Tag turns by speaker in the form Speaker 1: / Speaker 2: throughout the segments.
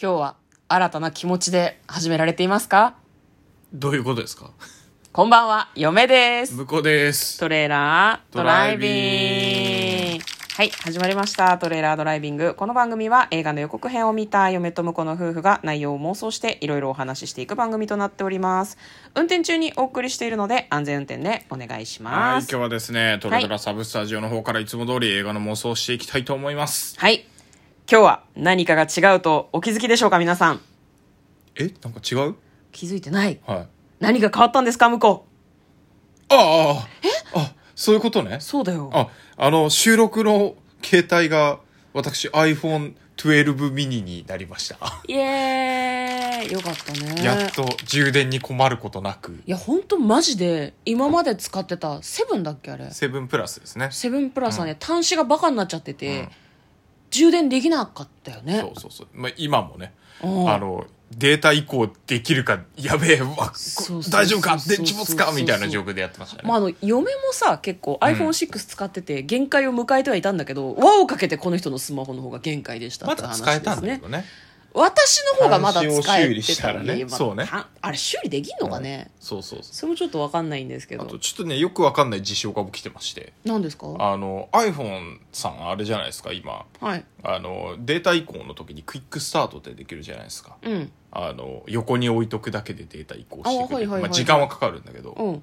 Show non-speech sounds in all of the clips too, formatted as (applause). Speaker 1: 今日は新たな気持ちで始められていますか
Speaker 2: どういうことですか
Speaker 1: こんばんは、嫁です。
Speaker 2: 向こうです。
Speaker 1: トレーラードライ
Speaker 2: ドライ
Speaker 1: ビング。はい、始まりました。トレーラードライビング。この番組は映画の予告編を見た嫁と婿の夫婦が内容を妄想していろいろお話ししていく番組となっております。運転中にお送りしているので安全運転でお願いし
Speaker 2: はい、
Speaker 1: ま
Speaker 2: 今
Speaker 1: す。
Speaker 2: 日はですね、トレドラサブスタジオの方からいつも通り映画の妄想をしていきたいと思います。
Speaker 1: はい、今日は何かが違うとお気づきでしょうか、皆さん。
Speaker 2: えなんか違う
Speaker 1: 気づいてない。
Speaker 2: はい。
Speaker 1: 何が変わったんですか、向こう。
Speaker 2: ああ、あ、そういうことね。
Speaker 1: そうだよ。
Speaker 2: あ、あの、収録の携帯が私 iPhone12 mini になりました。
Speaker 1: イエーイよかったね。
Speaker 2: やっと充電に困ることなく、
Speaker 1: いや、ほんとマジで、今まで使ってた、セブンだっけあれ。
Speaker 2: 7プラスですね。
Speaker 1: セブンプラスはね、端子がバカになっちゃってて、
Speaker 2: うん
Speaker 1: 充電できなかったよね
Speaker 2: そ。うそうそう。まあ、今もね、
Speaker 1: うん
Speaker 2: あの、データ移行できるか、やべえ、
Speaker 1: そう
Speaker 2: わ
Speaker 1: そうそうそう
Speaker 2: 大丈夫か、電池持つか、みたいな状況でやってましたね。
Speaker 1: まあ、あの嫁もさ結構 iPhone6 使ってて限界を迎えてはいたんだけど、輪をかけてこの人のスマホの方が限界でした
Speaker 2: ま
Speaker 1: って
Speaker 2: だ
Speaker 1: 話
Speaker 2: 使えたんだ
Speaker 1: で
Speaker 2: け
Speaker 1: すね
Speaker 2: どね。
Speaker 1: 私の方がまだ使
Speaker 2: 端子を修
Speaker 1: え
Speaker 2: 理
Speaker 1: て
Speaker 2: したた
Speaker 1: の
Speaker 2: ら
Speaker 1: に
Speaker 2: ね
Speaker 1: まあ
Speaker 2: そうね
Speaker 1: たあれ修理できんのかね、
Speaker 2: そうそうそ
Speaker 1: それもちょっと分かんないんですけ
Speaker 2: う。あ
Speaker 1: ど
Speaker 2: と、ちょっとね、よくわかんない事象が起きてまして。
Speaker 1: 何ですか
Speaker 2: あの、iPhone さん、あれじゃないですか、今。
Speaker 1: はい
Speaker 2: あの、データ移行の時にクイックスタートってできるじゃないですか。
Speaker 1: うん
Speaker 2: あの、横に置いとくだけでデータ移行してく
Speaker 1: あは
Speaker 2: れ
Speaker 1: い
Speaker 2: る。
Speaker 1: はいはい
Speaker 2: まあ、時間はかかるんだけど。
Speaker 1: うん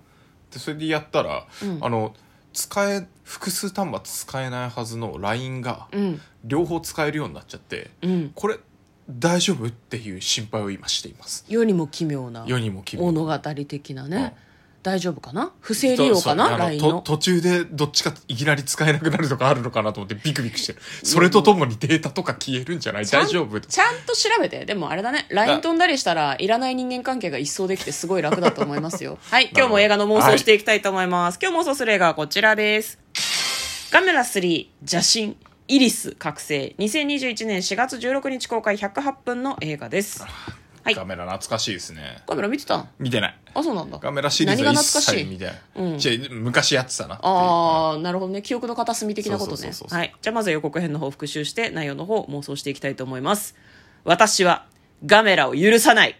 Speaker 2: で、それでやったら、
Speaker 1: うん
Speaker 2: あの、使え、複数端末使えないはずの LINE が、
Speaker 1: うん
Speaker 2: 両方使えるようになっちゃって、
Speaker 1: うん
Speaker 2: これ、大丈夫っていう心配を今しています。
Speaker 1: 世にも奇妙な
Speaker 2: 世にも君
Speaker 1: 物語的なね、
Speaker 2: うん
Speaker 1: 大丈夫かな不正利用か
Speaker 2: そうそ
Speaker 1: な
Speaker 2: うあ
Speaker 1: LINE
Speaker 2: と
Speaker 1: の
Speaker 2: 途中でどっちかいきなり使えなくなるとかあるのかなと思ってビクビクしてるそれとともにデータとか消えるんじゃない
Speaker 1: ちゃん
Speaker 2: 大丈夫
Speaker 1: ちゃんと調べてでもあれだね LINE 飛んだりしたらいらない人間関係が一掃できてすごい楽だと思います
Speaker 2: (laughs)
Speaker 1: よはい今日も映画の妄想していきたいと思います、今日妄想する映画はこちらですガメラ3邪神イリス覚醒2021年4月16日公開108分の映画ですはい
Speaker 2: カメラ懐かしいですね
Speaker 1: カメラ見てたん
Speaker 2: 見てない
Speaker 1: あそうなんだ
Speaker 2: カメラシリーズ
Speaker 1: 何
Speaker 2: は
Speaker 1: が
Speaker 2: 一
Speaker 1: 懐かし
Speaker 2: 切
Speaker 1: い
Speaker 2: 見てない、
Speaker 1: うん
Speaker 2: じゃあ昔やってたなっていう
Speaker 1: ああなるほどね記憶の片隅的なこと
Speaker 2: そう
Speaker 1: ね
Speaker 2: そうそうそう
Speaker 1: はいじゃあまずは予告編の方を復習して内容の方を妄想していきたいと思います私はガメラを許さない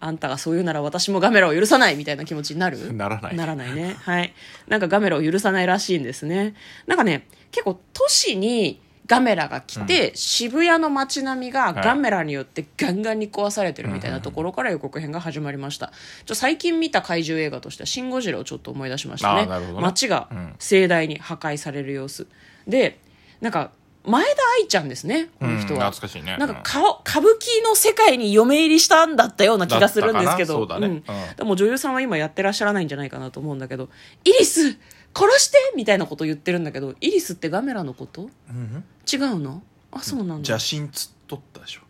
Speaker 1: あんたがそう言うなら私もガメラを許さないみたいな気持ちになる
Speaker 2: (laughs) ならない
Speaker 1: ならないねはいなんかガメラを許さないらしいんですねなんかね結構都市にガメラが来て、渋谷の街並みがガメラによってガンガンに壊されてるみたいなところから予告編が始まりましたちょ最近見た怪獣映画としては「シン・ゴジラ」をちょっと思い出しました
Speaker 2: あ
Speaker 1: ね
Speaker 2: ーなるほどね
Speaker 1: 街が
Speaker 2: うん
Speaker 1: 盛大に破壊される様子でなんか前田愛ちゃんですねこの人
Speaker 2: うん
Speaker 1: は、
Speaker 2: 懐かしいね
Speaker 1: なんか顔歌舞伎の世界に嫁入りしたんだったような気がするんですけど
Speaker 2: だったかなそうだね
Speaker 1: ん
Speaker 2: うん
Speaker 1: でも女優さんは今やってらっしゃらないんじゃないかなと思うんだけど「イリス殺して!」みたいなこと言ってるんだけどイリスってガメラのこと
Speaker 2: うん
Speaker 1: 違うのあそうなんだ
Speaker 2: 邪神つっとったでしょ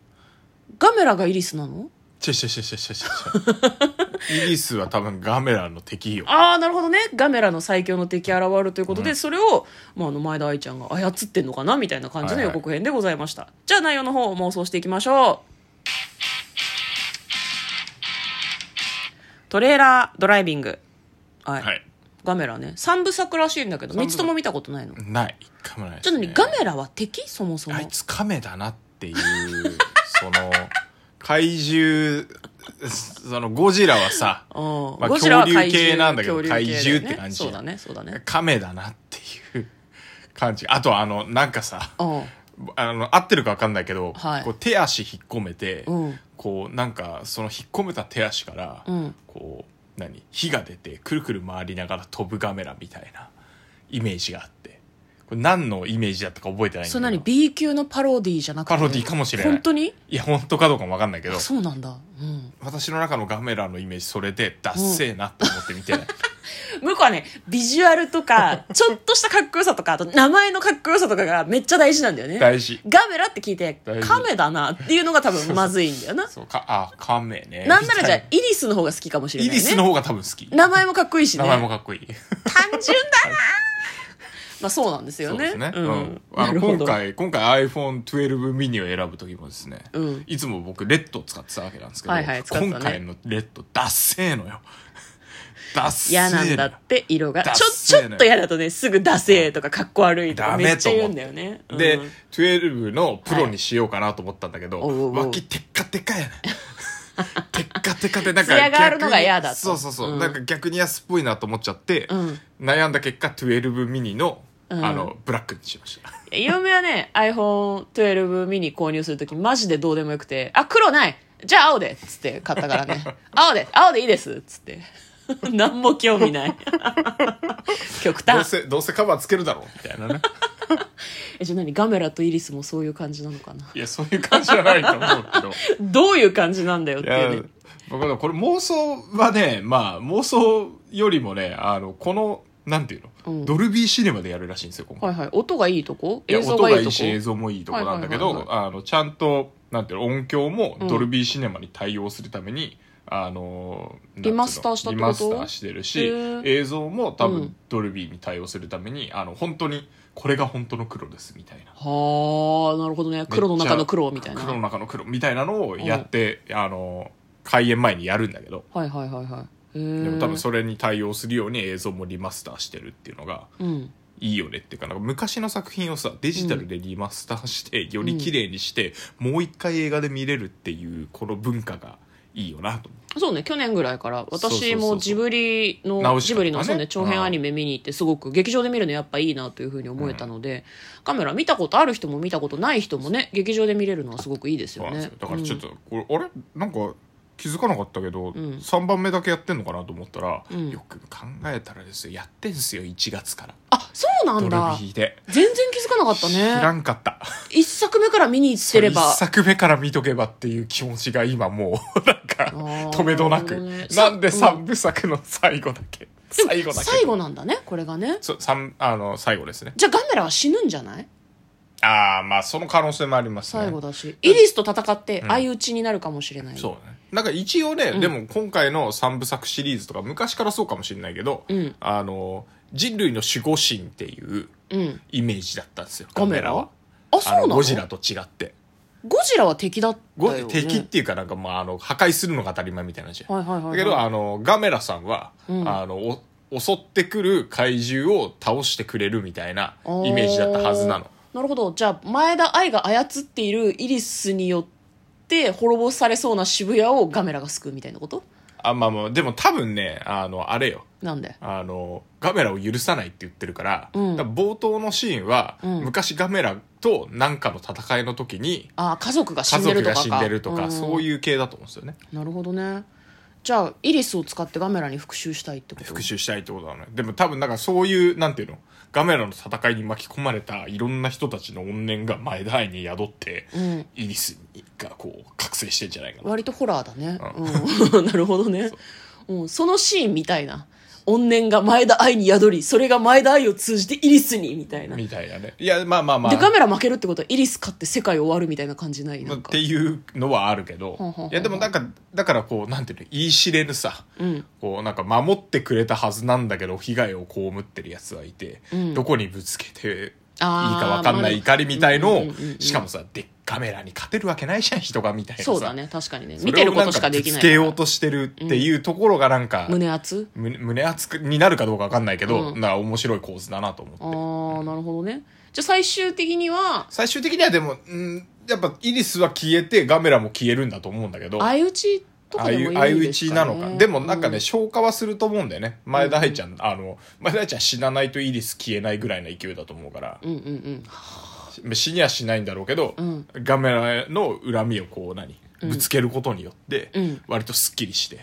Speaker 1: ガメラがイリスなの
Speaker 2: ちぇちぇちぇちぇ
Speaker 1: (laughs)
Speaker 2: ちぇちぇイギリスは多分ガメラの敵よ
Speaker 1: ああなるほどねガメラの最強の敵現るということで、それを、まあ、あの前田愛ちゃんが操ってんのかなみたいな感じの
Speaker 2: はい
Speaker 1: 予
Speaker 2: はい
Speaker 1: 告編でございました、じゃあ内容の方を妄想していきましょうトレーラードライビングはい、
Speaker 2: はい
Speaker 1: ガメラね三部作らしいんだけど
Speaker 2: 三部
Speaker 1: 3つとも見たことないの
Speaker 2: ない一回もないで
Speaker 1: ち
Speaker 2: す
Speaker 1: ょっと
Speaker 2: ね
Speaker 1: ねガメラは敵そもそも
Speaker 2: あいつカメだなっていうその怪獣そのゴジラはさ、
Speaker 1: うん
Speaker 2: まあ
Speaker 1: ゴジラは
Speaker 2: 恐竜
Speaker 1: 怪
Speaker 2: 系
Speaker 1: 獣
Speaker 2: なんだけど
Speaker 1: 恐竜系だよ
Speaker 2: 怪獣って感じ
Speaker 1: そうだねそうだね
Speaker 2: カメだなっていう感じあとあのなんかさ
Speaker 1: うん
Speaker 2: あの合ってるか分かんないけど、
Speaker 1: はい
Speaker 2: こう手足引っ込めて、
Speaker 1: うん
Speaker 2: こうなんかその引っ込めた手足から、
Speaker 1: うん
Speaker 2: こう何火が出てくるくる回りながら飛ぶガメラみたいなイメージがあってこれ何のイメージだったか覚えてないんだけど
Speaker 1: それ何 B 級のパロディじゃなくて
Speaker 2: パロディかもしれない
Speaker 1: 本当に
Speaker 2: いや本当かどうかも分かんないけど
Speaker 1: あそうなんだうん
Speaker 2: 私の中のガメラのイメージそれでダッセーなって思っ
Speaker 1: (laughs)
Speaker 2: て見てない、
Speaker 1: 向こうはねビジュアルと (laughs) かちょっとしたかっこよさとかあと名前のかっこよさとかがめっちゃ大事なんだよね
Speaker 2: 大事
Speaker 1: ガメラって聞いて
Speaker 2: 大事
Speaker 1: カメだなっていうのが多分まずいんだよ
Speaker 2: (laughs)
Speaker 1: な
Speaker 2: そうかあカメね
Speaker 1: なんならじゃあ
Speaker 2: みたい
Speaker 1: イリスの方が好きかもしれ
Speaker 2: イ
Speaker 1: ないね
Speaker 2: リスの方が多分好き
Speaker 1: 名前もかっこいいしね
Speaker 2: 名前もかっこいい
Speaker 1: 単純だなまあそうなんですよ
Speaker 2: そう
Speaker 1: ね
Speaker 2: ですね、
Speaker 1: う
Speaker 2: うんん
Speaker 1: な
Speaker 2: あ
Speaker 1: る
Speaker 2: の
Speaker 1: ほど
Speaker 2: 今回今回 iPhone12 ミニを選ぶ時もですね、
Speaker 1: うん
Speaker 2: いつも僕レッドを使ってたわけなんですけど、
Speaker 1: はいはい使ってたね
Speaker 2: (laughs) 今回のレッドダッセーのよダッセ
Speaker 1: 嫌なんだって色が
Speaker 2: ダ
Speaker 1: ちょ
Speaker 2: セー
Speaker 1: ち
Speaker 2: な
Speaker 1: ょっと嫌だとねすぐ「ダセー」とか「かっこ悪い」とか
Speaker 2: ダメ
Speaker 1: めっちゃ言
Speaker 2: と
Speaker 1: う
Speaker 2: 思
Speaker 1: ん
Speaker 2: っ
Speaker 1: だよね
Speaker 2: で、
Speaker 1: うん
Speaker 2: 12のプロにしようかなと思ったんだけど、
Speaker 1: はいおうおうおう
Speaker 2: 脇テッカテカや
Speaker 1: (laughs)
Speaker 2: ねテッカテカでなんか
Speaker 1: ツヤがあるのが
Speaker 2: 逆に
Speaker 1: 嫌だと
Speaker 2: そうそうそう、
Speaker 1: うん
Speaker 2: なんか逆に安っぽいなと思っちゃって、
Speaker 1: うん
Speaker 2: 悩んだ結果12ミニの、
Speaker 1: うん
Speaker 2: あのブラックにしました
Speaker 1: 嫁はね iPhone12 ミニ購入するときマジでどうでもよくて「あ黒ないじゃあ青で」っつって買ったから
Speaker 2: (laughs)
Speaker 1: ね「青で青でいいです」っつって (laughs) 何も興味
Speaker 2: (laughs)
Speaker 1: ない極
Speaker 2: どう
Speaker 1: 端
Speaker 2: せどうせカバーつけるだろうみたいなね
Speaker 1: えじゃあ何ガメラとイリスもそういう感じなのか
Speaker 2: (laughs)
Speaker 1: ない
Speaker 2: やそういう感じじゃないと思うけ
Speaker 1: (laughs)
Speaker 2: ど
Speaker 1: どういう感じなんだよっ
Speaker 2: い
Speaker 1: ていう
Speaker 2: や
Speaker 1: ね
Speaker 2: 僕ねこれ妄想はねまあ妄想よりもねあのこのなんていうの、
Speaker 1: うん
Speaker 2: ドルビーシネマでやるらしいんですよ今回
Speaker 1: はいはい音がいいとこ
Speaker 2: いや
Speaker 1: 映像
Speaker 2: 音
Speaker 1: が
Speaker 2: が
Speaker 1: いい
Speaker 2: い
Speaker 1: と
Speaker 2: い
Speaker 1: こ
Speaker 2: し映像もいいとこなんだけ
Speaker 1: はいはい
Speaker 2: ど
Speaker 1: は
Speaker 2: あのちゃんとなんていうの音響も
Speaker 1: うん
Speaker 2: ドルビーシネマに対応するために、あのなんて
Speaker 1: リ
Speaker 2: いうの
Speaker 1: マスターしたってこと
Speaker 2: リマスターしてる
Speaker 1: へ
Speaker 2: し
Speaker 1: ー
Speaker 2: 映像も多
Speaker 1: う
Speaker 2: 分
Speaker 1: ん
Speaker 2: ドルビーに対応するために、あの本当にこれが本当の黒ですみたいな
Speaker 1: はあなるほどね黒の中の黒みたいな
Speaker 2: 黒の中の黒みたいなのをやって、あの開演前にやるんだけど
Speaker 1: はいはいはいはいへえ
Speaker 2: でも多分それに対応するように映像もリマスターしてるっていうのが
Speaker 1: うん
Speaker 2: いいよねっていうかなんか昔の作品をさデジタルでリマスターしてより綺麗にして、もう一回映画で見れるっていうこの文化がいいよなと思
Speaker 1: そうね去年ぐらいから
Speaker 2: そうそうそう
Speaker 1: 私もジブリの
Speaker 2: ナウシカ
Speaker 1: ジ
Speaker 2: と
Speaker 1: ブリの
Speaker 2: かね
Speaker 1: そうね長編アニメ見に行ってすごく劇場で見るのやっぱいいなというふうに思えたので、カメラ見たことある人も見たことない人もね劇場で見れるのはすごくいいですよ
Speaker 2: うなんです
Speaker 1: ね
Speaker 2: よだからちょっと、これあれなんか気づかなかったけど、
Speaker 1: ん
Speaker 2: 3番目だけやってんのかなと思ったら、
Speaker 1: うん
Speaker 2: よく考えたらですよやってんすよ1月から
Speaker 1: あそうな
Speaker 2: ドル
Speaker 1: ん
Speaker 2: ビ
Speaker 1: だ
Speaker 2: ーで
Speaker 1: 全然気づかなかっ
Speaker 2: 知ら
Speaker 1: たね
Speaker 2: んかった
Speaker 1: 一作目から見に行ってれば
Speaker 2: 一作目から見とけばっていう気持ちが今もう (laughs) なん
Speaker 1: あー
Speaker 2: か止めどな
Speaker 1: な
Speaker 2: く
Speaker 1: るほどね
Speaker 2: なんで
Speaker 1: さ
Speaker 2: 3部作の最後だけ
Speaker 1: でも
Speaker 2: 最後だけ
Speaker 1: 最後なんだねこれがね
Speaker 2: そう三あの最後ですね
Speaker 1: じゃあガメラは死ぬんじゃない
Speaker 2: ああまあその可能性もありますね
Speaker 1: 最後だし、イリスと戦って
Speaker 2: うん
Speaker 1: 相打ちになるかもしれない、
Speaker 2: そうねなんか一応ね、
Speaker 1: ん
Speaker 2: でも今回の三部作シリーズとか昔からそうかもしれないけど、
Speaker 1: うん
Speaker 2: あの人類の守護神っていう
Speaker 1: うん
Speaker 2: イメージだったんですよ
Speaker 1: ガメラ
Speaker 2: は
Speaker 1: あそう
Speaker 2: あ
Speaker 1: な
Speaker 2: の
Speaker 1: の
Speaker 2: ゴジラと違って
Speaker 1: ゴジラは敵だった
Speaker 2: ゴ
Speaker 1: よ、ね、
Speaker 2: 敵っていうかなんかまああの破壊するのが当たり前みたいなじゃん、
Speaker 1: はいはいはいはい
Speaker 2: だけどあのガメラさんは、
Speaker 1: うん
Speaker 2: あのお襲ってくる怪獣を倒してくれるみたいなイメージだったはずなの
Speaker 1: おーなるほどじゃあ前田愛が操っているイリスによって滅ぼされそうな渋谷をガメラが救うみたいなこと
Speaker 2: あまあまあでも多分ねあのあれよ
Speaker 1: なんで
Speaker 2: あのガメラを許さないって言ってるから,、
Speaker 1: うん
Speaker 2: 冒頭のシーンは、
Speaker 1: うん
Speaker 2: 昔ガメラとなんかの戦いの時に
Speaker 1: ああ家族が死
Speaker 2: 家
Speaker 1: んで
Speaker 2: 族
Speaker 1: ると
Speaker 2: が
Speaker 1: かか
Speaker 2: 死んでるとかそう
Speaker 1: う
Speaker 2: いう系だと思うんですよね
Speaker 1: んなるほどねじゃあイリスを使ってガメラに復讐したいってこと
Speaker 2: 復讐したいってことなのねでも多分なんかそういうなんていうのガメラの戦いに巻き込まれたいろんな人たちの怨念が前田愛に宿って、
Speaker 1: うん
Speaker 2: イギリスがこう覚醒してんじゃないかな
Speaker 1: 割とホラーだね、うん (laughs) なるほどねそ,、うん、そのシーンみたいな怨念が前田愛に宿りそれが前田愛を通じてイリスにみたいな
Speaker 2: みたいなねいやまあまあまあ
Speaker 1: でガメラ負けるってことはイリス勝って世界終わるみたいな感じない
Speaker 2: ま
Speaker 1: な
Speaker 2: あ
Speaker 1: ん
Speaker 2: っ
Speaker 1: か
Speaker 2: ていうのはあるけど
Speaker 1: ほんほんほんほん
Speaker 2: いやでもなんかだからこうなんていうの言い知れぬさ、
Speaker 1: うん
Speaker 2: こうなんか守ってくれたはずなんだけど被害を被ってるやつはいて、
Speaker 1: うん
Speaker 2: どこにぶつけていい
Speaker 1: あー
Speaker 2: かわかんない怒りみたいのを
Speaker 1: まあでもうんうんうんうん
Speaker 2: しかもさでカメラに勝てるわけないじゃん人がみたいなさ
Speaker 1: そうだね確かにね
Speaker 2: そ
Speaker 1: 見
Speaker 2: れを
Speaker 1: てることしかでき
Speaker 2: んぶ
Speaker 1: な
Speaker 2: つ
Speaker 1: い
Speaker 2: けようとしてるっていうところがなんか、
Speaker 1: 胸熱
Speaker 2: 胸胸熱くになるかどうかわかんないけど、
Speaker 1: うん
Speaker 2: なんか面白い構図だなと思って
Speaker 1: ああなるほどねじゃあ最終的には
Speaker 2: 最終的にはでも、うん、やっぱイリスは消えてガメラも消えるんだと思うんだけど
Speaker 1: 相打ちとか
Speaker 2: 相
Speaker 1: で
Speaker 2: 打
Speaker 1: もいいですか、ね、
Speaker 2: 相打ちなのか、でもなんかね、消化はすると思うんだよね前田愛ちゃん、あの前田愛ちゃん死なないとイリス消えないぐらいの勢いだと思うから
Speaker 1: うん、うんうんうん
Speaker 2: 死にはしないんだろうけど、
Speaker 1: ん
Speaker 2: ガメラの恨みをこう何ぶつけることによって、
Speaker 1: うん
Speaker 2: 割とすっきりして、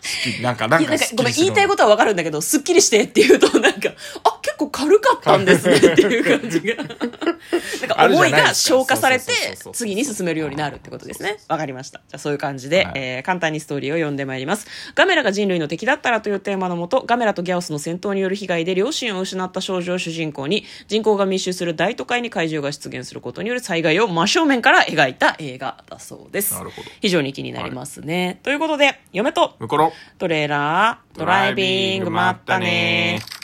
Speaker 2: すっきりなんかなん
Speaker 1: いやなん
Speaker 2: か
Speaker 1: か
Speaker 2: すっ
Speaker 1: ご
Speaker 2: き
Speaker 1: め
Speaker 2: り
Speaker 1: ん
Speaker 2: する
Speaker 1: 言いたいことはわかるんだけど「すっきりして」って言うと
Speaker 2: (laughs)
Speaker 1: なんか「あ結構軽かったんですね」っていう感じがなんか
Speaker 2: あるじゃ
Speaker 1: 思
Speaker 2: ない
Speaker 1: い
Speaker 2: ですか
Speaker 1: が消化されて
Speaker 2: そうそうそうそう
Speaker 1: 次に進めるようになるってことです
Speaker 2: そう
Speaker 1: ね
Speaker 2: そう
Speaker 1: わかりましたじゃあそういう感じで、
Speaker 2: はい
Speaker 1: えー簡単にストーリーを読んでまいります「ガメラが人類の敵だったら」というテーマのもとガメラとギャオスの戦闘による被害で両親を失った少女を主人公に人口が密集する大都会に怪獣が出現することによる災害を真正面から描いた映画だそうです
Speaker 2: なるほど
Speaker 1: 非常に気になりますね、ということで嫁と
Speaker 2: 向こうの
Speaker 1: トレーラードライビング、まったねー。